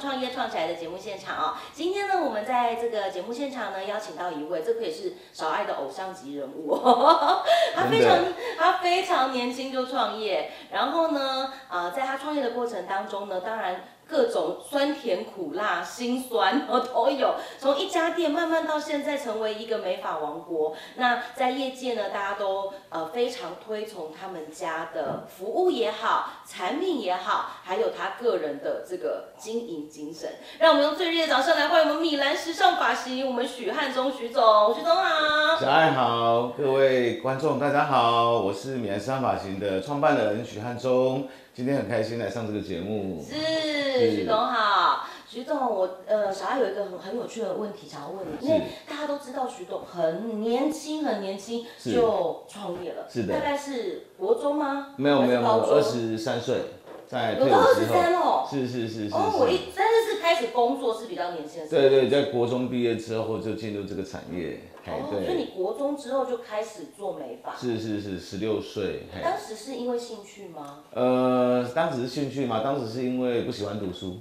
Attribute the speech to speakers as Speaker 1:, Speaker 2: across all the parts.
Speaker 1: 创业创起来的节目现场哦。今天呢，我们在这个节目现场呢，邀请到一位，这可以是少爱的偶像级人物、哦， 他非常他非常年轻就创业，然后呢，啊，在他创业的过程当中呢，当然。各种酸甜苦辣、辛酸哦都有，从一家店慢慢到现在成为一个美发王国。那在业界呢，大家都呃非常推崇他们家的服务也好，产品也好，还有他个人的这个经营精神。让我们用最热烈的掌声来欢迎我们米兰时尚发型，我们许汉忠许总，许总好。
Speaker 2: 小爱好，各位观众大家好，我是米兰三发型的创办人许汉忠，今天很开心来上这个节目。
Speaker 1: 是徐总好，徐总，我呃，小爱有一个很很有趣的问题想要问你，因为大家都知道徐总很年轻，很年轻
Speaker 2: 是
Speaker 1: 就创业了，
Speaker 2: 是的
Speaker 1: 大概是国中吗？
Speaker 2: 没有
Speaker 1: 还是
Speaker 2: 没有没
Speaker 1: 高
Speaker 2: 有，
Speaker 1: 中
Speaker 2: 二，十三岁，在
Speaker 1: 有
Speaker 2: 退伍
Speaker 1: 到二
Speaker 2: 之
Speaker 1: 十
Speaker 2: 后，
Speaker 1: 三哦，
Speaker 2: 是是是是是，
Speaker 1: 哦，我一真的是开始工作是比较年轻的时候，
Speaker 2: 对对，在国中毕业之后就进入这个产业，哎
Speaker 1: 哦，所以
Speaker 2: 对，
Speaker 1: 你国中之后就开始做美发，
Speaker 2: 是是是，十六岁，嘿
Speaker 1: 当时是因为兴趣吗？
Speaker 2: 呃，当时是兴趣嘛，当时是因为不喜欢 读书，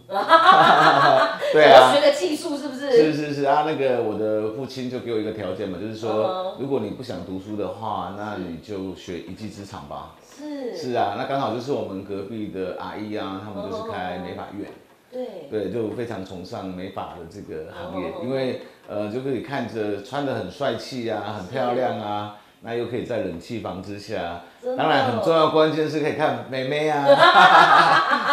Speaker 2: 对啊，
Speaker 1: 学个技术是不
Speaker 2: 是
Speaker 1: 是？
Speaker 2: 是是啊，那个我的父亲就给我一个条件嘛，就是说
Speaker 1: 嗯，
Speaker 2: 如果你不想读书的话，那你就学一技之长吧。
Speaker 1: 是
Speaker 2: 是啊，那刚好就是我们隔壁的阿姨啊，他们就是开
Speaker 1: 哦
Speaker 2: 美发院，
Speaker 1: 对，
Speaker 2: 对，就非常崇尚美发的这个行业
Speaker 1: 哦，
Speaker 2: 因为呃就可以看着穿的很帅气啊，很漂亮啊，那又可以在冷气房之下，
Speaker 1: 真的
Speaker 2: 当然很重要，关键是可以看妹 妹啊，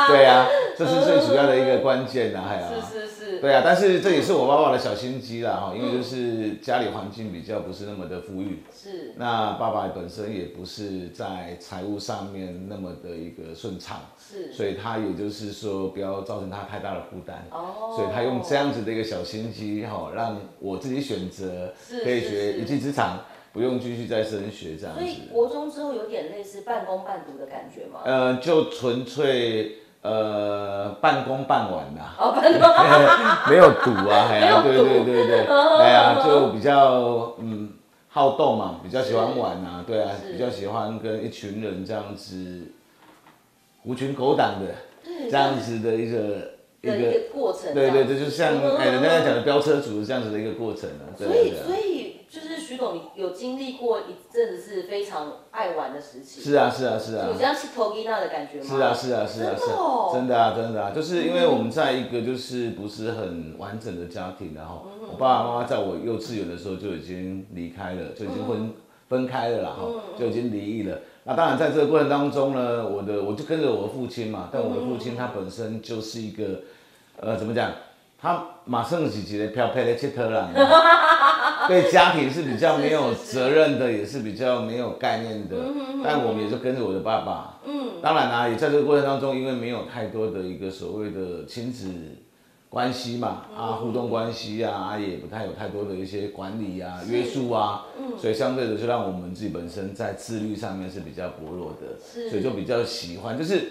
Speaker 2: 对啊，这是最主要的一个关键啊，还有、
Speaker 1: 嗯是是是，
Speaker 2: 对啊，但是这也是我爸爸的小心机啦哈，因为就是家里环境比较不是那么的富裕，
Speaker 1: 是
Speaker 2: 那爸爸本身也不是在财务上面那么的一个顺畅，
Speaker 1: 是。
Speaker 2: 所以他也就是说不要造成他太大的负担。
Speaker 1: 哦，
Speaker 2: 所以他用这样子的一个小心机哈，让我自己选择
Speaker 1: 是
Speaker 2: 可以
Speaker 1: 是
Speaker 2: 学
Speaker 1: 是
Speaker 2: 一技之长，不用继续再升学这样
Speaker 1: 所以
Speaker 2: 子。
Speaker 1: 国中之后有点类似半工半读的感觉吗？
Speaker 2: 呃，就纯粹呃半工半玩啦、
Speaker 1: 哦，半工，
Speaker 2: 没有赌 啊，哎呀，
Speaker 1: 没
Speaker 2: 对
Speaker 1: 有赌哦
Speaker 2: 对对对，哎呀，就比较嗯好动嘛，比较喜欢玩啊，对啊，
Speaker 1: 是
Speaker 2: 比较喜欢跟一群人这样子，狐群狗党的这样子的一个一
Speaker 1: 的一
Speaker 2: 个，
Speaker 1: 个过程。
Speaker 2: 对对
Speaker 1: 这
Speaker 2: 对，
Speaker 1: 样
Speaker 2: 就像
Speaker 1: 嗯
Speaker 2: 哎人家在讲的飙车族这样子的一个过程啊，对啊
Speaker 1: 所以
Speaker 2: 对啊
Speaker 1: 所以就是徐董，你有经历过一阵子是非常爱玩的时期，
Speaker 2: 是啊是啊是啊
Speaker 1: 有这样去投吉娜的感觉吗？
Speaker 2: 是啊是啊是啊
Speaker 1: 真
Speaker 2: 是
Speaker 1: 的
Speaker 2: 啊
Speaker 1: 哦，
Speaker 2: 真的啊真的啊，就是因为我们在一个就是不是很完整的家庭，然后
Speaker 1: 嗯
Speaker 2: 我爸爸妈妈在我幼稚园的时候就已经离开了，
Speaker 1: 嗯
Speaker 2: 就已经分分开了啦，哈，就已经离异了。那当然在这个过程当中呢，我的我就跟着我父亲嘛，但我
Speaker 1: 嗯
Speaker 2: 的父亲他本身就是一个，呃，怎么讲？他马上是一个漂漂的切特啦，啊对家庭是比较没有
Speaker 1: 是是是嗯
Speaker 2: 责任的，也是比较没有概念的。但我们也就跟着我的爸爸，当然啦、也在这个过程当中，因为没有太多的一个所谓的亲子关系嘛，
Speaker 1: 嗯
Speaker 2: 啊，互动关系啊，啊也不太有太多的一些管理啊、约束啊，
Speaker 1: 嗯
Speaker 2: 所以相对的就让我们自己本身在自律上面是比较薄弱的，
Speaker 1: 是
Speaker 2: 所以就比较喜欢，就是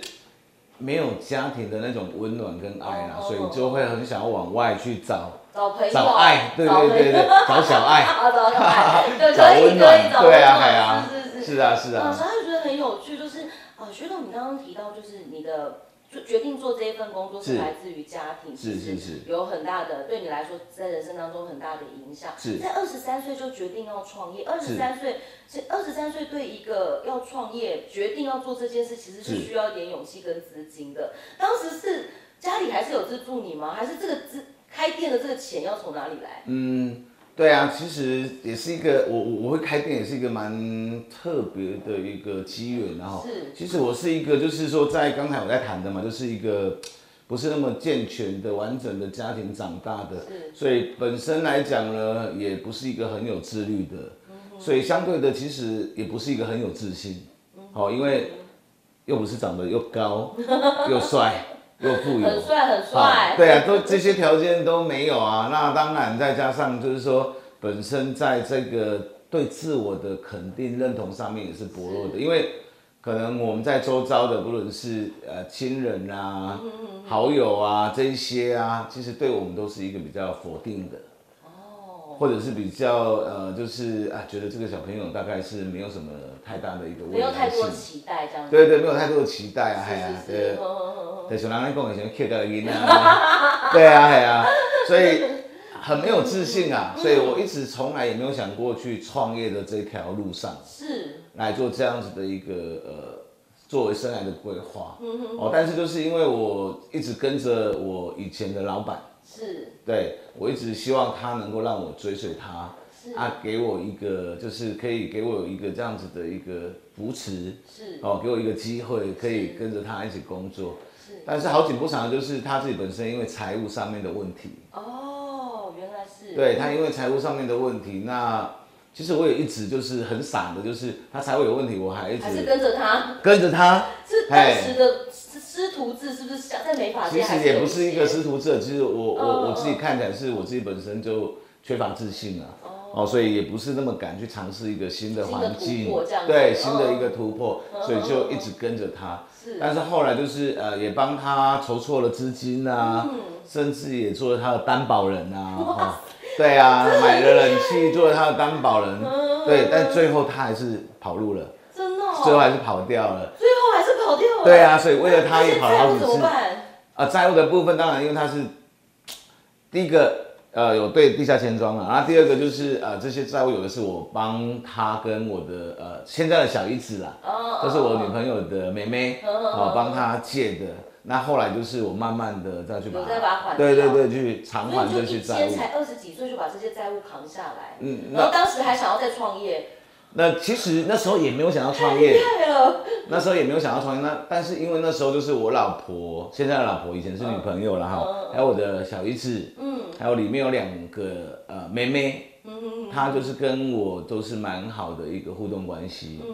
Speaker 2: 没有家庭的那种温暖跟爱啦，
Speaker 1: 哦
Speaker 2: 所以就会很想要往外去找
Speaker 1: 找朋友，
Speaker 2: 找爱，对
Speaker 1: 找
Speaker 2: 对
Speaker 1: 朋友
Speaker 2: 对对，找小爱，
Speaker 1: 啊，找 爱，对，
Speaker 2: 找
Speaker 1: 可以
Speaker 2: 温
Speaker 1: 可以
Speaker 2: 暖，
Speaker 1: 找
Speaker 2: 对啊，
Speaker 1: 温暖
Speaker 2: 哎呀
Speaker 1: 是是，是。
Speaker 2: 是啊是
Speaker 1: 啊，所
Speaker 2: 啊，
Speaker 1: 以我觉得很有趣，就是呃，学总你刚刚提到，就是你的就决定做这一份工作是
Speaker 2: 是
Speaker 1: 来自于家庭，
Speaker 2: 是
Speaker 1: 其实
Speaker 2: 是是
Speaker 1: 有很大的对你来说在人生当中很大的影响。
Speaker 2: 是
Speaker 1: 在二十三岁就决定要创业，二十三岁是二十三岁对一个要创业决定要做这件事，其实是
Speaker 2: 是
Speaker 1: 需要一点勇气跟资金的。当时是家里还是有资助你吗？还是这个资开店的这个钱要从哪里来？
Speaker 2: 嗯。对啊，其实也是一个我我我会开店，也是一个蛮特别的一个机缘，然后
Speaker 1: 是
Speaker 2: 其实我是一个，就是说在刚才我在谈的嘛，就是一个不是那么健全的、完整的家庭长大的，
Speaker 1: 是
Speaker 2: 所以本身来讲呢，也不是一个很有自律的，
Speaker 1: 嗯
Speaker 2: 所以相对的其实也不是一个很有自信，
Speaker 1: 嗯
Speaker 2: 好、因为又不是长得又 高又帅又富有，
Speaker 1: 很帅很帅
Speaker 2: 啊，对啊，都这些条件都没有啊。那当然，再加上就是说，本身在这个对自我的肯定认同上面也是薄弱的，因为可能我们在周遭的，不论是呃亲人啊、
Speaker 1: 嗯
Speaker 2: 好友啊这一些啊，其实对我们都是一个比较否定的。
Speaker 1: 哦
Speaker 2: 或者是比较呃，就是啊，觉得这个小朋友大概是没有什么太大的一个
Speaker 1: 没
Speaker 2: 未
Speaker 1: 有太
Speaker 2: 来性
Speaker 1: 多，期待这样子。
Speaker 2: 对对，没有太多的期待啊，哎呀、
Speaker 1: 是是哦
Speaker 2: 对
Speaker 1: 是，呵呵呵呵
Speaker 2: 对，像人咧讲以前 Q 掉的音啊，对啊，对啊，所以很没有自信啊，所以我一直从来也没有想过去创业的这条路上
Speaker 1: 是
Speaker 2: 来做这样子的一个呃作为生涯的规划，哦，但是就是因为我一直跟着我以前的老板，
Speaker 1: 是
Speaker 2: 对我一直希望他能够让我追随他，
Speaker 1: 嗯
Speaker 2: 啊，给我一个就是可以给我一个这样子的一个扶持，
Speaker 1: 是
Speaker 2: 哦，给我一个机会可以跟着他一起工作。但是好景不长，就是他自己本身因为财务上面的问题，
Speaker 1: 哦，原来是
Speaker 2: 对他因为财务上面的问题，那其实我也一直就是很傻的，就是他财务有问题，我还一
Speaker 1: 还是
Speaker 2: 直
Speaker 1: 跟着他，
Speaker 2: 跟着他。
Speaker 1: 是当时的师师徒制是不是像在美发
Speaker 2: 其
Speaker 1: 界还
Speaker 2: 实
Speaker 1: 是有
Speaker 2: 也不是一
Speaker 1: 些
Speaker 2: 个师徒制，其实我我
Speaker 1: 嗯
Speaker 2: 我自己看起来是我自己本身就缺乏自信啊，哦，所以也不是那么敢去尝试一个新的环
Speaker 1: 新的
Speaker 2: 境
Speaker 1: 突破这样，子
Speaker 2: 对，
Speaker 1: 嗯
Speaker 2: 新的一个突破，所以就一直跟着他。
Speaker 1: 是
Speaker 2: 但是后来就是呃，也帮他筹措了资金啊，
Speaker 1: 嗯
Speaker 2: 甚至也做了他的担保 人啊，哦对啊，买了冷气做了他的担保人，对，但最后他还是跑路了，
Speaker 1: 真的哦，
Speaker 2: 最后还是跑掉了。
Speaker 1: 最后还是跑掉了。
Speaker 2: 对啊所以为了他也跑了好几
Speaker 1: 那现在我怎么
Speaker 2: 次
Speaker 1: 办？
Speaker 2: 啊，债务的部分当然，因为它是第一个，呃，有对地下钱庄啊了，然后第二个就是呃，这些债务有的是我帮他跟我的呃现在的小姨子啦，
Speaker 1: 哦
Speaker 2: 这是我女朋友的妹妹，啊，帮她借的。那后来就是我慢慢的再去把
Speaker 1: 有再把它还
Speaker 2: 对
Speaker 1: 掉
Speaker 2: 对对，去偿还
Speaker 1: 所以
Speaker 2: 这
Speaker 1: 就
Speaker 2: 些
Speaker 1: 一
Speaker 2: 债
Speaker 1: 天
Speaker 2: 务。
Speaker 1: 才二十几岁就把这些债务扛下来，
Speaker 2: 嗯那
Speaker 1: 然后当时还想要再创 业，
Speaker 2: 那其实那时候也没有想要创业，
Speaker 1: 对了，
Speaker 2: 那时候也没有想要创业，那但是因为那时候就是我老婆，现在的老婆以前是女朋友了哈，还有我的小姨子，嗯，还有里面有两个呃妹妹，嗯，她就是跟我都是蛮好的一个互动关系，嗯，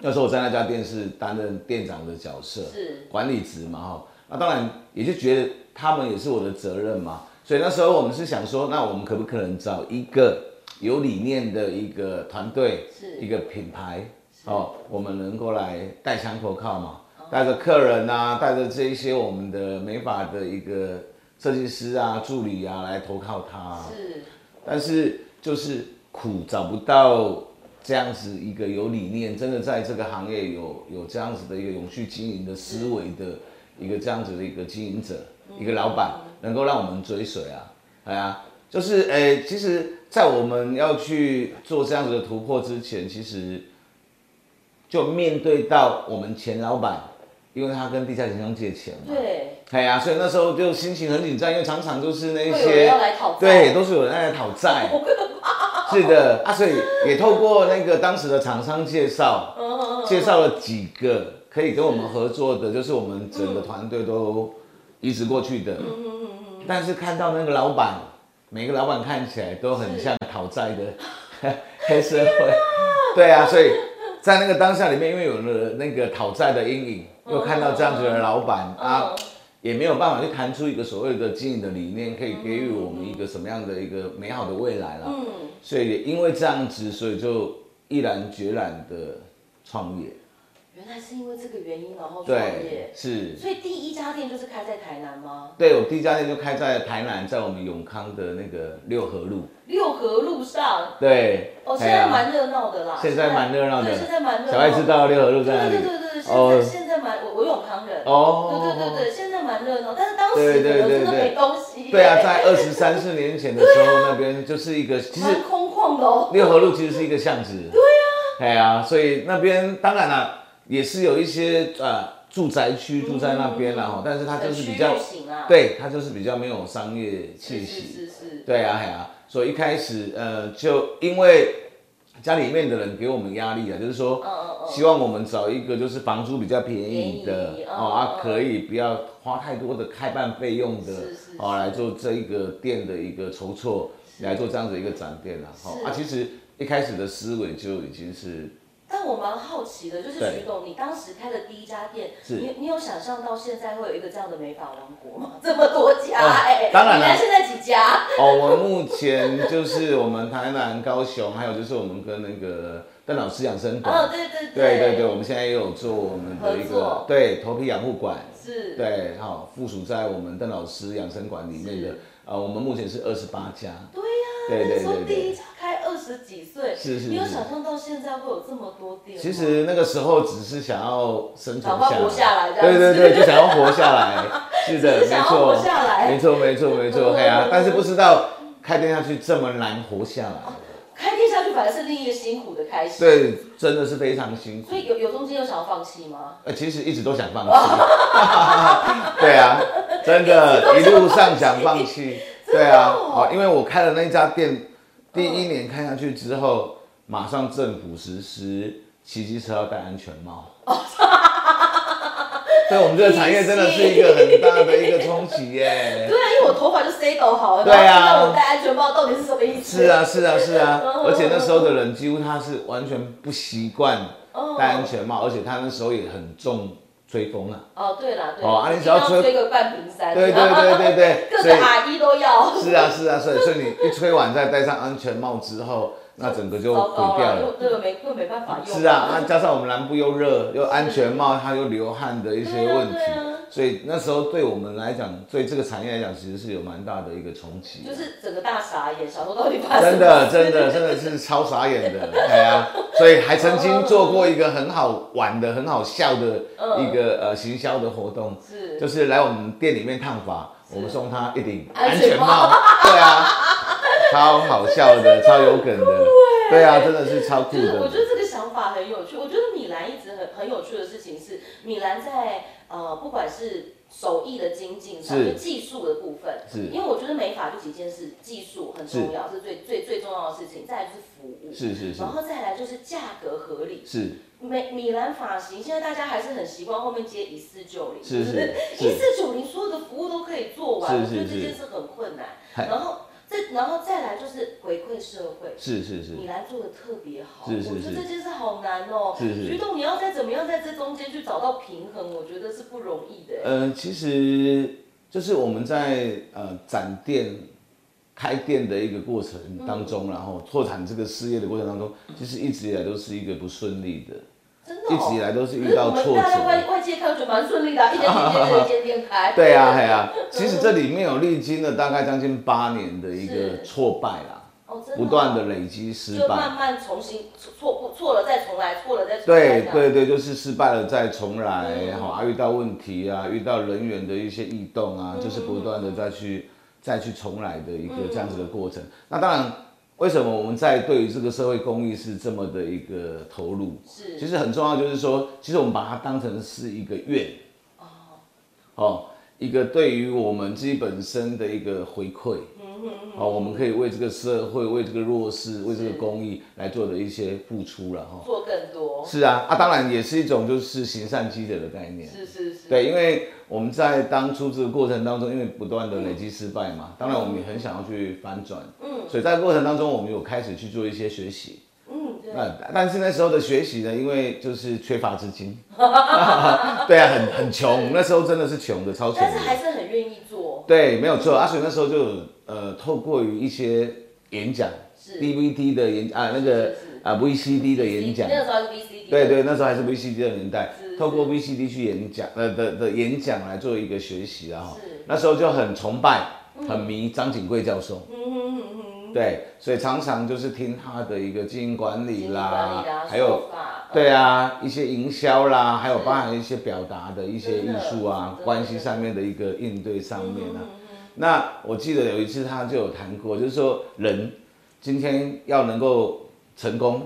Speaker 2: 那时候我在那家店是担任店长的角色，
Speaker 1: 是
Speaker 2: 管理职嘛哈，那当然也就觉得他们也是我的责任嘛，所以那时候我们是想说，那我们可不可能找一个有理念的一个团队，
Speaker 1: 是
Speaker 2: 一个品牌哦，我们能够来带枪投靠嘛，带着客人啊，带着这一些我们的美发的一个设计师啊、助理啊来投靠他啊、
Speaker 1: 是
Speaker 2: 但是就是苦找不到这样子一个有理念，真的在这个行业有有这样子的一个永续经营的思维的一个这样子的一个经营者，
Speaker 1: 嗯
Speaker 2: 一个老板，能够让我们追随啊，哎呀，就是诶、其实，在我们要去做这样子的突破之前，其实就面对到我们前老板，因为他跟地下钱庄借钱嘛，
Speaker 1: 对，
Speaker 2: 哎呀，所以那时候就心情很紧张，因为常常就是那一
Speaker 1: 会有人
Speaker 2: 些
Speaker 1: 要来讨债
Speaker 2: 对，都是有人在讨债，是的啊，所以也透过那个当时的厂商介绍，介绍了几个可以跟我们合作的，就是我们整个团队都移植过去的，但是看到那个老板，每个老板看起来都很像讨债的 黑社会，对啊，所以在那个当下里面，因为有了那个讨债的阴影，又看到这样子的老板啊，也没有办法去谈出一个所谓的经营的理念，可以给予我们一个什么样的一个美好的未来啦。
Speaker 1: 嗯
Speaker 2: 所以也因为这样子，所以就毅然决然的创业。
Speaker 1: 原来是因为这个原因然后创
Speaker 2: 对
Speaker 1: 业，，
Speaker 2: 是。
Speaker 1: 所以第一家店就是开在台南吗？
Speaker 2: 对，我第一家店就开在台南，在我们永康的那个六合路。
Speaker 1: 六合路上，
Speaker 2: 对，
Speaker 1: 哦，现
Speaker 2: 哎呀
Speaker 1: 在蛮热闹的啦，
Speaker 2: 现在蛮热闹的
Speaker 1: 对，现在蛮热闹，
Speaker 2: 小爱知道六合路
Speaker 1: 对
Speaker 2: 在哪里？
Speaker 1: 对对对对，现在
Speaker 2: 哦
Speaker 1: 现在蛮我我永康人，
Speaker 2: 哦，
Speaker 1: 对对对对，现在蛮热闹，但是当时
Speaker 2: 对
Speaker 1: 可
Speaker 2: 对
Speaker 1: 能真的
Speaker 2: 对对
Speaker 1: 没东西，
Speaker 2: 对啊，在二十三四年前的时候，那边就是一个，其实
Speaker 1: 蛮空旷的哦，
Speaker 2: 六合路其实是一个巷子。对啊。哎呀，所以那边当然了，也是有一些呃住宅区住在那边啦，哈、但是它就是比较
Speaker 1: 嗯很区域，型啊，
Speaker 2: 对，它就是比较没有商业气
Speaker 1: 是，
Speaker 2: 息。
Speaker 1: 是是是，
Speaker 2: 对啊，哎啊，所以一开始呃，就因为家里面的人给我们压力啊，就是
Speaker 1: 哦
Speaker 2: 说，希望我们找一个就是房租比较便宜的
Speaker 1: 便宜
Speaker 2: 哦啊
Speaker 1: 嗯嗯，
Speaker 2: 可以不要花太多的开办费用的
Speaker 1: 是是
Speaker 2: 哦，来做这一个店的一个筹措，来做这样子一个展店啊，哦
Speaker 1: 是
Speaker 2: 啊，其实一开始的思维就已经是
Speaker 1: 但我蛮好奇的，就是
Speaker 2: 对
Speaker 1: 徐董，你当时开的第一家店，你你有想象到现在会有一个这样的美发王国吗？ 这么多家
Speaker 2: 哦
Speaker 1: 哎、
Speaker 2: 当然
Speaker 1: 你
Speaker 2: 了
Speaker 1: 看现在几家？
Speaker 2: 哦，我们目前就是我们台南、高雄，还有就是我们跟那个邓老师养生馆。
Speaker 1: 哦，对对
Speaker 2: 对对
Speaker 1: 对
Speaker 2: 对，我们现在也有做我们的一
Speaker 1: 合作
Speaker 2: 个对头皮养护馆，
Speaker 1: 是，
Speaker 2: 对，好附属在我们邓老师养生馆里面的啊
Speaker 1: 是，
Speaker 2: 呃，我们目前是二十八家，
Speaker 1: 对呀、
Speaker 2: 对对
Speaker 1: 那时候
Speaker 2: 对对
Speaker 1: 第一家开二十十几岁，
Speaker 2: 是是
Speaker 1: 没有
Speaker 2: 是
Speaker 1: 想象到现在会有这么多点。
Speaker 2: 其实那个时候只是想要生存
Speaker 1: 想要活下来这样
Speaker 2: 对
Speaker 1: 子
Speaker 2: 对对，就想要活下来， 是的，
Speaker 1: 只
Speaker 2: 没
Speaker 1: 是想要
Speaker 2: 错
Speaker 1: 活，下来
Speaker 2: 没错没错没错，哎呀，但是不知道开店下去这么难活下来，
Speaker 1: 开店下去反而是另一个辛苦的开始。，
Speaker 2: 对，真的是非常辛苦
Speaker 1: 所。以有有中间有想要放弃吗？
Speaker 2: 呃，其实一直都想放弃， 对啊，真的，一路上想放弃，对啊，好，因为我开了那一家店，第一年开下去之后，马上政府实施骑机车要戴安全帽， 对我们这个产业真的是一个很大的一个冲击耶。
Speaker 1: 对啊，因为我头发就塞斗好了，
Speaker 2: 对啊
Speaker 1: 然后不知道我戴安全帽到底是什么意思？
Speaker 2: 是啊，是啊，是啊
Speaker 1: 嗯，
Speaker 2: 而且那时候的人几乎他是完全不习惯
Speaker 1: 哦
Speaker 2: 戴安全帽，而且他那时候也很重追风啊。
Speaker 1: 哦，对啦，对，
Speaker 2: 哦啊你只
Speaker 1: 一定
Speaker 2: 要
Speaker 1: 要
Speaker 2: 吹
Speaker 1: 吹个半瓶山，
Speaker 2: 对对对对对，
Speaker 1: 各
Speaker 2: 所以
Speaker 1: 个阿姨都要。
Speaker 2: 是啊是啊，所以所以你一吹完再戴上安全帽之后，那整个 就
Speaker 1: 糟
Speaker 2: 毁
Speaker 1: 糕
Speaker 2: 掉
Speaker 1: 了，
Speaker 2: 了。
Speaker 1: 又这个没又没办法用。
Speaker 2: 是啊，那加上我们南部又热，又安全帽它又流汗的一些
Speaker 1: 对啊
Speaker 2: 问题
Speaker 1: 对啊，
Speaker 2: 所以那时候对我们来讲，对这个产业来讲，其实是有蛮大的一个冲击。啊
Speaker 1: 就是整个大傻眼，想说到底发生
Speaker 2: 真 的，真的，真的是超傻眼的，哎呀，所以还曾
Speaker 1: 哦
Speaker 2: 经做过一个很好玩的、很好笑的一个呃行销的活动，
Speaker 1: 是
Speaker 2: 就是来我们店里面烫发，我们送他一顶
Speaker 1: 安
Speaker 2: 安
Speaker 1: 全
Speaker 2: 全
Speaker 1: 帽
Speaker 2: 帽，对啊，超好笑 的，超有梗的，对啊，真的是超
Speaker 1: 欸
Speaker 2: 酷
Speaker 1: 就是我
Speaker 2: 的
Speaker 1: 觉，得这个想法很有趣。我觉得米兰一直很很有趣的事情是，米兰在呃不管是手艺的精进上，
Speaker 2: 是
Speaker 1: 就技术的部分，
Speaker 2: 是
Speaker 1: 因为我觉得美发就几件事，技术很重要，是最最最重要的事情，再来就是服务，
Speaker 2: 是是是
Speaker 1: 然后再来就是价格合理。
Speaker 2: 是
Speaker 1: 美米兰发型现在大家还是很习惯后面接一四九零，
Speaker 2: 是是
Speaker 1: 一四九零所有的服务都可以做完，我觉
Speaker 2: 是
Speaker 1: 得
Speaker 2: 是
Speaker 1: 这件
Speaker 2: 是
Speaker 1: 事很困难。
Speaker 2: 嗨
Speaker 1: 然后再然后再来就是回馈社会，
Speaker 2: 是是是
Speaker 1: 米兰做的特别好，
Speaker 2: 是是
Speaker 1: 我觉得
Speaker 2: 是
Speaker 1: 这件事好难哦。
Speaker 2: 是是
Speaker 1: 徐董，你要再怎么样在这中间去找到平衡，我觉得是不容易的。
Speaker 2: 呃，其实就是我们在呃展店、开店的一个过程当
Speaker 1: 嗯
Speaker 2: 中，然后拓展这个事业的过程当中，其实一直以来都是一个不顺利的，
Speaker 1: 真的、哦，
Speaker 2: 一直以来都是遇到
Speaker 1: 可是
Speaker 2: 挫
Speaker 1: 我们大家外
Speaker 2: 折。
Speaker 1: 外界看觉得蛮顺利的啊、一间店接着一间店开。
Speaker 2: 对啊，哎呀、其实这里面有历经了大概将近八年的一个
Speaker 1: 是
Speaker 2: 挫败啦，
Speaker 1: 哦，真的哦
Speaker 2: 不断的累积失
Speaker 1: 就慢
Speaker 2: 败。
Speaker 1: 慢重新错错错了再重来，错了再重来。
Speaker 2: 对对对，就是失败了再重来，好、啊，遇到问题啊，遇到人员的一些异动啊，就是不断的再去再去重来的一个
Speaker 1: 嗯
Speaker 2: 这样子的过程。那当然，为什么我们在对于这个社会公益是这么的一个投入？
Speaker 1: 是
Speaker 2: 其实很重要，就是说，其实我们把它当成是一个愿，哦，一个对于我们自己本身的一个回馈，
Speaker 1: 嗯
Speaker 2: 哦，我们可以为这个社会、为这个弱势、为这个
Speaker 1: 是
Speaker 2: 公益来做的一些付出了哈。哦
Speaker 1: 做更多。
Speaker 2: 是啊，啊，当然也是一种就是行善积德的概念。
Speaker 1: 是是是。
Speaker 2: 对，因为我们在当初这个过程当中，因为不断的累积失败
Speaker 1: 嗯
Speaker 2: 嘛，当然我们也很想要去翻转。嗯，所以在过程当中，我们有开始去做一些学习。
Speaker 1: 嗯，对。
Speaker 2: 那但是那时候的学习呢，因为就是缺乏资金， 对啊，很很穷，那时候真的是穷的，超穷
Speaker 1: 但是
Speaker 2: 的。
Speaker 1: 还是很愿意做。
Speaker 2: 对，没有错。阿水那时候就有呃，透过于一些演讲
Speaker 1: 是
Speaker 2: ，DVD 的演啊，那
Speaker 1: 是
Speaker 2: 个
Speaker 1: 是
Speaker 2: 啊 VCD 的演讲，
Speaker 1: 那个时候还是 VCD。
Speaker 2: 对对，那时候还是 VCD 的年代
Speaker 1: 是，
Speaker 2: 透过 VCD 去演讲，呃的的演讲来做一个学习啊。哈
Speaker 1: 是
Speaker 2: 那时候就很崇拜、很迷张景贵教授，
Speaker 1: 嗯哼嗯哼。
Speaker 2: 对，所以常常就是听他的一个经营管理
Speaker 1: 经营
Speaker 2: 啦
Speaker 1: 管理啦，，
Speaker 2: 还有
Speaker 1: 手法。
Speaker 2: 对啊，一些营销啦，还有包含一些表达的一些
Speaker 1: 真
Speaker 2: 艺术
Speaker 1: 的真
Speaker 2: 啊
Speaker 1: 的，
Speaker 2: 关系上面的一个应对上面啊。那我记得有一次他就有谈过，就是说人今天要能够成功、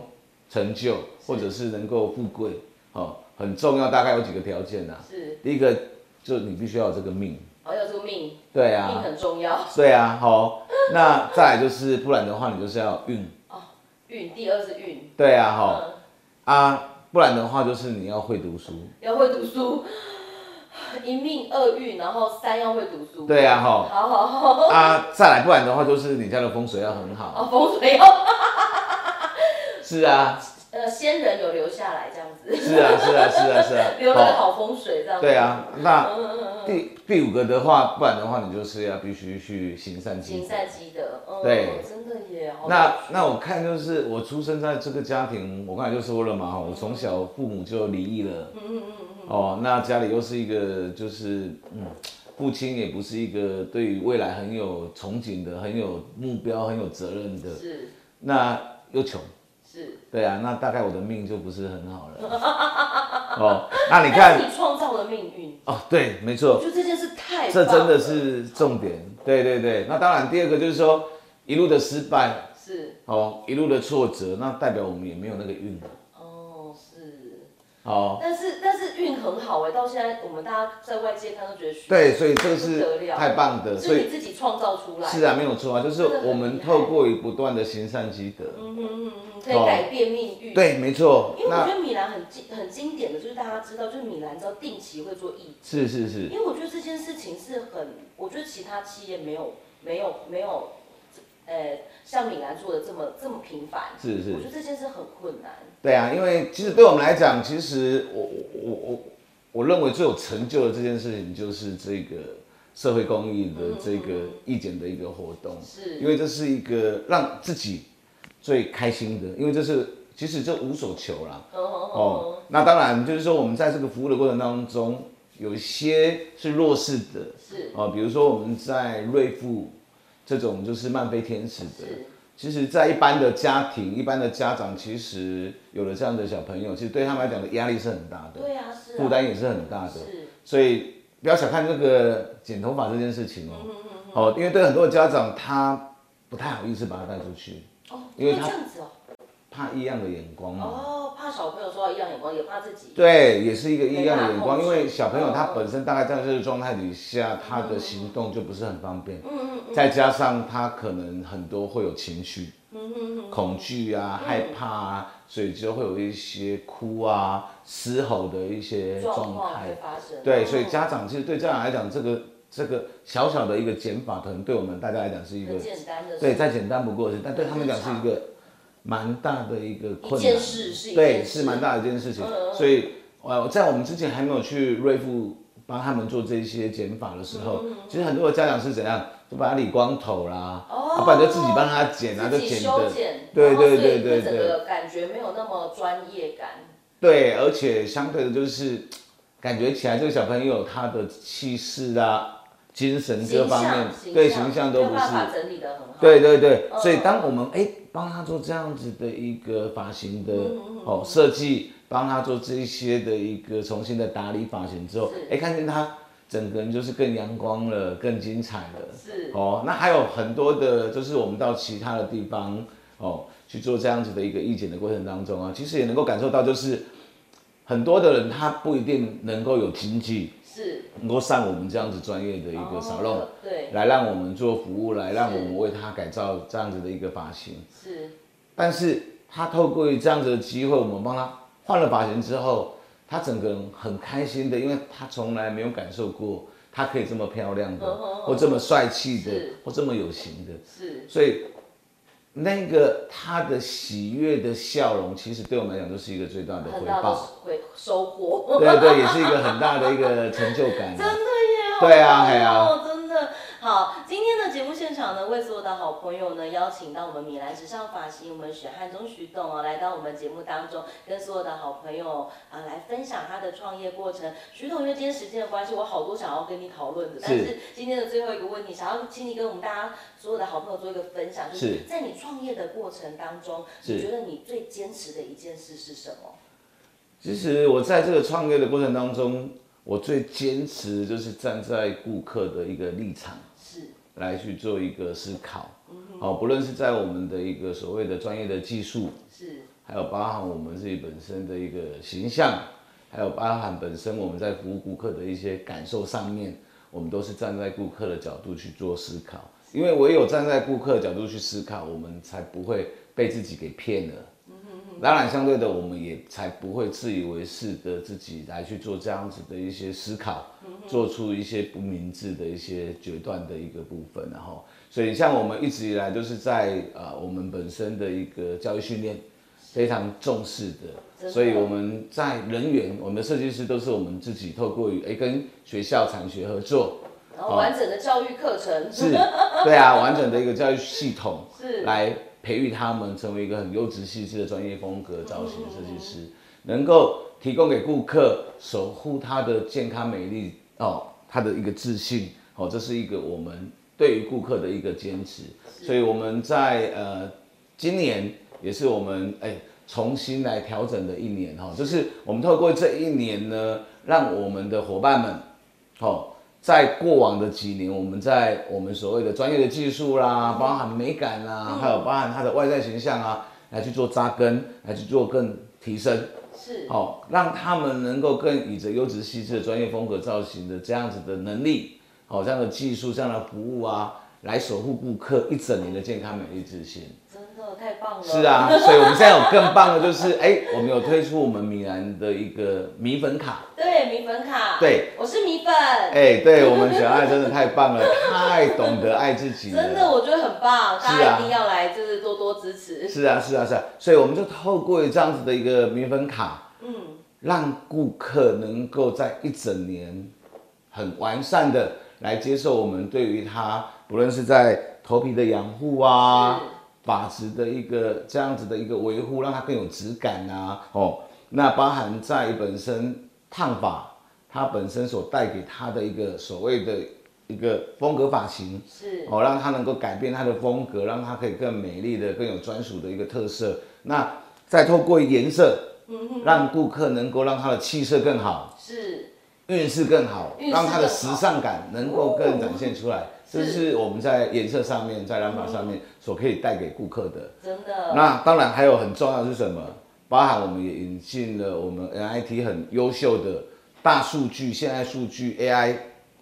Speaker 2: 成就，或者是能够富贵，哦，很重要，大概有几个条件呐、啊。
Speaker 1: 是，
Speaker 2: 第一个就你必须要有这个命，
Speaker 1: 还有这个命，
Speaker 2: 对
Speaker 1: 命
Speaker 2: 啊，
Speaker 1: 很重要。
Speaker 2: 对啊，好、那再来就是，不然的话你就是要运，
Speaker 1: 运，第二是运。
Speaker 2: 对啊，好、
Speaker 1: 嗯
Speaker 2: 啊，不然的话就是你要会读书。
Speaker 1: 要会读书，一命二运，然后三要会读书。
Speaker 2: 对啊吼
Speaker 1: 好好好，
Speaker 2: 啊，再来，不然的话就是你家的风水要很好。
Speaker 1: 哦，风水要
Speaker 2: 是啊，
Speaker 1: 呃先人有留下来这样子，
Speaker 2: 是啊，是啊，是啊，是啊。
Speaker 1: 留了个好风水这样子。
Speaker 2: 对啊，那第第五个的话，不然的话你就是要必须去行善积
Speaker 1: 行
Speaker 2: 德。
Speaker 1: 善积德，嗯，
Speaker 2: 对
Speaker 1: 真的耶。好
Speaker 2: 那那我看就是我出生在这个家庭，我刚才就说了嘛，哈我从小父母就离异了，嗯嗯嗯，哦，那家里又是一个就是嗯，父亲也不是一个对于未来很有憧憬的、很有目标、很有责任的，
Speaker 1: 是
Speaker 2: 那又穷，
Speaker 1: 是，
Speaker 2: 对啊，那大概我的命就不是很好了。 哦，那你
Speaker 1: 但
Speaker 2: 看
Speaker 1: 是，你创造了命运，
Speaker 2: 哦，对，没错
Speaker 1: 我，觉得这件事太
Speaker 2: 这
Speaker 1: 棒
Speaker 2: 真的
Speaker 1: 了
Speaker 2: 是重点。对对对，那当然，第二个就是说一路的失败，
Speaker 1: 是
Speaker 2: 哦，一路的挫折，那代表我们也没有那个运。
Speaker 1: 哦是，
Speaker 2: 哦，
Speaker 1: 但是但是运很好哎、到现在我们大家在外界看都觉得虚
Speaker 2: 对，所以这个
Speaker 1: 不得
Speaker 2: 是
Speaker 1: 了
Speaker 2: 太棒的，所
Speaker 1: 是你
Speaker 2: 以
Speaker 1: 自己创造出来，
Speaker 2: 是啊，没有错啊，就是
Speaker 1: 真的很
Speaker 2: 我们
Speaker 1: 厉害
Speaker 2: 透过于不断的行善积德，
Speaker 1: 嗯嗯嗯，可以
Speaker 2: 哦
Speaker 1: 改变命运。，
Speaker 2: 对，没错
Speaker 1: 因为。我觉
Speaker 2: 那
Speaker 1: 得米兰很经很经典的，就是大家知道，就是米兰知道定期会做义
Speaker 2: 是是是
Speaker 1: 因，为我觉得这件事情是很，我觉得其他企业没有没有没有，呃，像米兰做的这么这么频繁。
Speaker 2: 是是
Speaker 1: 我觉得这件事很困难。
Speaker 2: 对啊，因为其实对我们来讲，其实我我我我我认为最有成就的这件事情，就是这个社会公益的这个义检的一个活动，
Speaker 1: 嗯是
Speaker 2: 因为这是一个让自己最开心的，因为这是其实这无所求啦。
Speaker 1: 哦
Speaker 2: 哦
Speaker 1: 哦，
Speaker 2: 那当然就是说我们在这个服务的过程当中，有一些是弱势的，
Speaker 1: 是
Speaker 2: 哦，比如说我们在瑞富这种就是漫飞天使的，
Speaker 1: 是
Speaker 2: 其实，在一般的家庭、一般的家长，其实有了这样的小朋友，其实对他们来讲的压力是很大的，
Speaker 1: 对啊，是啊
Speaker 2: 负担也是很大的。
Speaker 1: 是
Speaker 2: 所以不要小看这个剪头发这件事情哦，
Speaker 1: 嗯
Speaker 2: 哦，因为对很多家长他不太好意思把他带出去，
Speaker 1: 哦，因
Speaker 2: 因为
Speaker 1: 为这
Speaker 2: 他嗯
Speaker 1: 样子哦，
Speaker 2: 怕异样的眼光嘛。
Speaker 1: 哦，怕小朋友受到异样眼光，也怕自己。
Speaker 2: 对，也是一个异样的眼光，
Speaker 1: 没办法控制
Speaker 2: 因为小朋友他本身大概在这个状态底下，他的行动就不是很方便。嗯嗯再加上他可能很多会有情绪，
Speaker 1: 嗯
Speaker 2: 恐惧啊、害怕啊，所以就会有一些哭啊、嘶吼的一些
Speaker 1: 状
Speaker 2: 状
Speaker 1: 况
Speaker 2: 态
Speaker 1: 会。发生。
Speaker 2: 对，所以
Speaker 1: 嗯
Speaker 2: 家长其实对家长来讲，这个这个小小的一个减法，可能对我们大家来讲是一个
Speaker 1: 很简单的事
Speaker 2: 对，再简单不过的事，但对他们来讲是一个蛮大的一个困难，
Speaker 1: 一件事嗯是一件
Speaker 2: 对，
Speaker 1: 事
Speaker 2: 是蛮大的一件事情。所以呃，在我们之前还没有去瑞富帮他们做这些减法的时候，
Speaker 1: 嗯
Speaker 2: 其实很多的家长是怎样，就把他理光头啦，啊
Speaker 1: 哦
Speaker 2: 要不然就自己帮他剪啊，就
Speaker 1: 自己
Speaker 2: 剪
Speaker 1: 修
Speaker 2: 的，
Speaker 1: 剪，
Speaker 2: 对
Speaker 1: 然后所以
Speaker 2: 对对
Speaker 1: 会
Speaker 2: 对
Speaker 1: 整
Speaker 2: 对
Speaker 1: 个感觉没有那么专业感。
Speaker 2: 对，而且相对的就是感觉起来这个小朋友他的气势啊。精神各
Speaker 1: 形
Speaker 2: 方面
Speaker 1: 象，
Speaker 2: 对形象都
Speaker 1: 没
Speaker 2: 不
Speaker 1: 有
Speaker 2: 是
Speaker 1: 办法整理的很好。
Speaker 2: 对对对，所以
Speaker 1: 哦嗯
Speaker 2: 当我们哎帮他做这样子的一个发型
Speaker 1: 嗯
Speaker 2: 的哦设计，帮他做这一些的一个重新的打理发型之后，
Speaker 1: 是
Speaker 2: 哎看见他整个人就是更阳光了，更精彩了。
Speaker 1: 是
Speaker 2: 哦，那还有很多的，就是我们到其他的地方哦去做这样子的一个意见的过程当中啊，其实也能够感受到，就是很多的人他不一定能够有经济，
Speaker 1: 是
Speaker 2: 能够上我们这样子专业的一个沙龙。
Speaker 1: 哦对
Speaker 2: 来让我们做服务，来让我们为他改造这样子的一个发型。
Speaker 1: 是
Speaker 2: 但是他透过于这样子的机会，我们帮他换了发型之后，他整个人很开心的，因为他从来没有感受过他可以这么漂亮的，或这么帅气的
Speaker 1: 哦是，
Speaker 2: 或这么有型的。
Speaker 1: 是
Speaker 2: 所以那个他的喜悦的笑容，其实对我们来讲就是一个最大的
Speaker 1: 很
Speaker 2: 回
Speaker 1: 大的
Speaker 2: 报。
Speaker 1: 回收获。
Speaker 2: 对对，也是一个很大的一个成就感 啊。
Speaker 1: 真的耶，
Speaker 2: 对啊
Speaker 1: 好棒
Speaker 2: 嘿啊
Speaker 1: 哦真的好。今天的节目现场呢，为所有的好朋友呢，邀请到我们米兰时尚发型，我们许汉中许董哦，来到我们节目当中，跟所有的好朋友啊来分享他的创业过程。许董，因为今天时间的关系，我好多想要跟你讨论的，但是今天的最后一个问题，想要请你跟我们大家所有的好朋友做一个分享，就是
Speaker 2: 是
Speaker 1: 在你创业的过程当中，
Speaker 2: 是
Speaker 1: 你觉得你最坚持的一件事是什么？
Speaker 2: 其实我在这个创业的过程当中，我最坚持的就是站在顾客的一个立场
Speaker 1: 是
Speaker 2: 来去做一个思考。哦，不论是在我们的一个所谓的专业的技术，
Speaker 1: 是
Speaker 2: 还有包含我们自己本身的一个形象，还有包含本身我们在服务顾客的一些感受上面，我们都是站在顾客的角度去做思考。因为唯有站在顾客的角度去思考，我们才不会被自己给骗了。当然，相对的，我们也才不会自以为是的自己来去做这样子的一些思考，
Speaker 1: 嗯
Speaker 2: 做出一些不明智的一些决断的一个部分，然后，所以像我们一直以来都是在呃我们本身的一个教育训练非常重视的，
Speaker 1: 真的
Speaker 2: 所以我们在人员，我们的设计师都是我们自己透过于哎跟学校产学合作，
Speaker 1: 然后完整的教育课程
Speaker 2: 是，对啊，完整的一个教育系统
Speaker 1: 是
Speaker 2: 来培育他们成为一个很优质细致的专业风格造型设计师，能够提供给顾客守护他的健康美丽哦，他的一个自信哦，这是一个我们对于顾客的一个坚持，所以我们在呃今年也是我们哎重新来调整的一年哈、就是我们透过这一年呢，让我们的伙伴们，哦，在过往的几年，我们在我们所谓的专业的技术
Speaker 1: 嗯
Speaker 2: 啦，包含美感啦，还有包含它的外在形象啊，来去做扎根，来去做更提升。
Speaker 1: 是
Speaker 2: 哦，让他们能够更以着优质细致的专业风格造型的这样子的能力，哦，这样的技术、这样的服务啊，来守护顾客一整年的健康美丽自信。
Speaker 1: 真的太棒了。
Speaker 2: 是啊，所以我们现在有更棒的就是，哎、我们有推出我们米兰的一个米粉卡，
Speaker 1: 对米粉卡，
Speaker 2: 对，
Speaker 1: 我是米粉，
Speaker 2: 哎、对我们小爱真的太棒了，太懂得爱自己了。
Speaker 1: 真的我觉得很棒，
Speaker 2: 是啊
Speaker 1: 大家一定要来，就是多多支持。
Speaker 2: 是啊，是啊，是啊，所以我们就透过这样子的一个米粉卡，
Speaker 1: 嗯，
Speaker 2: 让顾客能够在一整年很完善的来接受我们对于他，不论是在头皮的养护啊
Speaker 1: 是，
Speaker 2: 发质的一个这样子的一个维护，让它更有质感啊，哦，那包含在于本身烫发它本身所带给他的一个所谓的一个风格发型，
Speaker 1: 是
Speaker 2: 哦，让它能够改变它的风格，让它可以更美丽的、更有专属的一个特色。那再透过颜色，
Speaker 1: 嗯
Speaker 2: 让顾客能够让他的气色更好，
Speaker 1: 是，
Speaker 2: 运势更好，
Speaker 1: 运势
Speaker 2: 让他的
Speaker 1: 更
Speaker 2: 时
Speaker 1: 好哦
Speaker 2: 尚感能够更展现出来。
Speaker 1: 是
Speaker 2: 这
Speaker 1: 嗯
Speaker 2: 是我们在颜色上面，在染发上面所可以带给顾客的。
Speaker 1: 真的
Speaker 2: 那当然还有很重要的是什么？包含我们也引进了我们 NIT 很优秀的大数据、现代数据 AI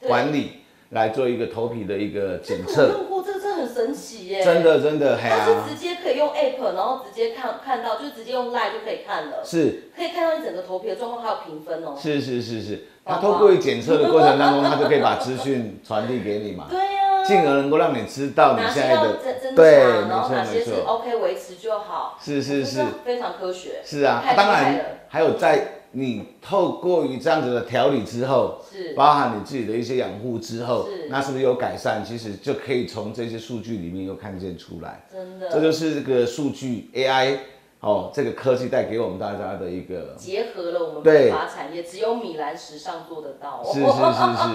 Speaker 2: 管理来做一个头皮的一个检
Speaker 1: 这个我
Speaker 2: 测。
Speaker 1: 用过，这个真的很神奇耶。
Speaker 2: 真，的真的，嘿
Speaker 1: 它
Speaker 2: 啊
Speaker 1: 是，直接可以用 app，然后直接看看到，就是直接用 line 就可以看了，
Speaker 2: 是
Speaker 1: 可以看到你整个头皮的状况，还有评分哦。
Speaker 2: 是是是是，他
Speaker 1: 哇
Speaker 2: 透过检测的过程当中，他就可以把资讯传递给你嘛，
Speaker 1: 对啊呀，
Speaker 2: 进而能够让你知道你
Speaker 1: 哪
Speaker 2: 现
Speaker 1: 些
Speaker 2: 在
Speaker 1: 要
Speaker 2: 的
Speaker 1: 真真
Speaker 2: 对，
Speaker 1: 假，然
Speaker 2: 没
Speaker 1: 后
Speaker 2: 错
Speaker 1: 哪些
Speaker 2: 没
Speaker 1: 是
Speaker 2: 错，
Speaker 1: OK 维持就好。
Speaker 2: 是是是
Speaker 1: 真的非常科学。
Speaker 2: 是啊，
Speaker 1: 太厉
Speaker 2: 当
Speaker 1: 害
Speaker 2: 然
Speaker 1: 了。
Speaker 2: 还有在你透过于这样子的调理之后，
Speaker 1: 是
Speaker 2: 包含你自己的一些养护之后
Speaker 1: 是，
Speaker 2: 那是不是有改善？其实就可以从这些数据里面又看见出来，
Speaker 1: 真的，
Speaker 2: 这就是这个数据 AI 哦，这个科技带给我们大家的一个
Speaker 1: 结合了我们
Speaker 2: 对
Speaker 1: 美发产业，只有米兰时尚做得到哦。
Speaker 2: 是是 是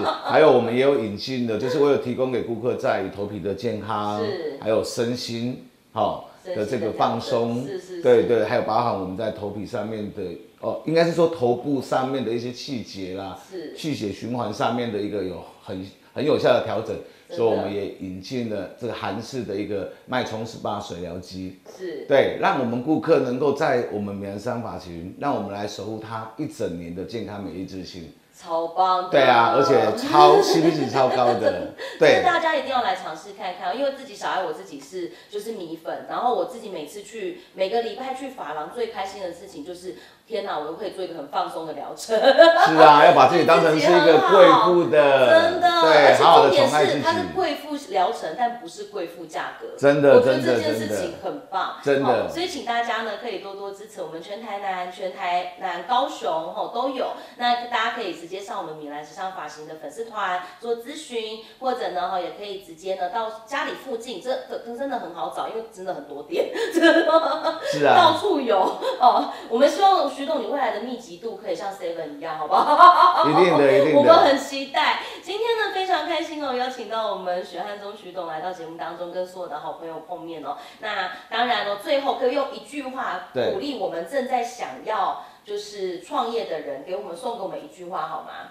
Speaker 2: 是，还有我们也有引进的，就是为了提供给顾客在于头皮的健康
Speaker 1: 是，
Speaker 2: 还有身心好、
Speaker 1: 身心
Speaker 2: 的
Speaker 1: 的
Speaker 2: 这个放松，
Speaker 1: 调整是是是
Speaker 2: 对对，还有包含我们在头皮上面的哦，应该是说头部上面的一些气节啦，
Speaker 1: 是
Speaker 2: 气血循环上面的一个有很很有效的调整，
Speaker 1: 真的
Speaker 2: 所以我们也引进了这个韩式的一个脉冲 SPA 水疗机，
Speaker 1: 是
Speaker 2: 对，让我们顾客能够在我们棉兰山发群，让我们来守护他一整年的健康美丽自信。
Speaker 1: 超棒的。
Speaker 2: 对啊，而且 超 CP 值超高的，
Speaker 1: 这
Speaker 2: 对
Speaker 1: 个，大家一定要来尝试看看，因为自己小爱我自己是就是米粉，然后我自己每次去每个礼拜去发廊，最开心的事情就是天哪，我会做一个很放松的疗程，
Speaker 2: 是啊，要把自己当成是一个贵妇的，
Speaker 1: 真的，
Speaker 2: 对
Speaker 1: 而，且
Speaker 2: 好好
Speaker 1: 重
Speaker 2: 的
Speaker 1: 点
Speaker 2: 宠爱
Speaker 1: 是
Speaker 2: 自己
Speaker 1: 它，是贵妇疗程，但不是贵妇价格，
Speaker 2: 真的
Speaker 1: 我觉得
Speaker 2: 真的
Speaker 1: 这件
Speaker 2: 真
Speaker 1: 事
Speaker 2: 的
Speaker 1: 情很棒，
Speaker 2: 真的
Speaker 1: 哦所以请大家呢可以多多支持我们全台南、全台南、高雄哦都有，那大家可以直接上我们米兰时尚发型的粉丝团做咨询，或者呢哈也可以直接呢到家里附近，这这真的很好找，因为真的很多店，
Speaker 2: 是
Speaker 1: 到
Speaker 2: 啊，
Speaker 1: 处有哦。我们希望徐董你未来的密集度可以像 Seven 一样，好不好？
Speaker 2: 一定的，一
Speaker 1: 我
Speaker 2: 定
Speaker 1: 们
Speaker 2: 的，
Speaker 1: 很期待。今天呢，非常开心哦，邀请到我们许汉忠许董来到节目当中，跟所有的好朋友碰面哦。那当然哦，最后可以用一句话
Speaker 2: 对
Speaker 1: 鼓励我们正在想要就是创业的人，给我们送给我们一句话好吗？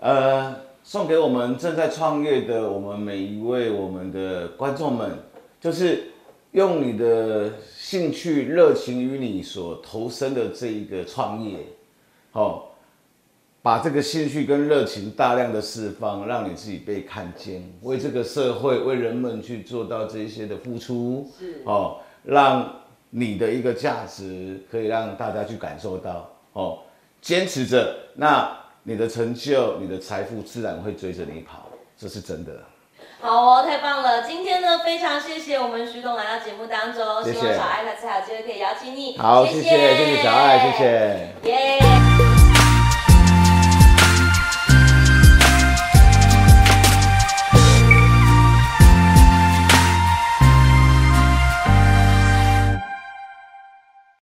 Speaker 2: 呃，送给我们正在创业的我们每一位我们的观众们，就是用你的兴趣、热情与你所投身的这一个创业，哦，把这个兴趣跟热情大量的释放，让你自己被看见，为这个社会、为人们去做到这一些的付出，
Speaker 1: 是
Speaker 2: 哦，让你的一个价值可以让大家去感受到哦，坚持着，那你的成就、你的财富自然会追着你跑，这是真的。
Speaker 1: 好哦，太棒了！今天呢，非常谢谢我们徐董来到节目当中，
Speaker 2: 谢谢
Speaker 1: 希望小爱下次还有机会可以邀请你。
Speaker 2: 好，谢谢，谢谢小爱，谢谢。
Speaker 1: 耶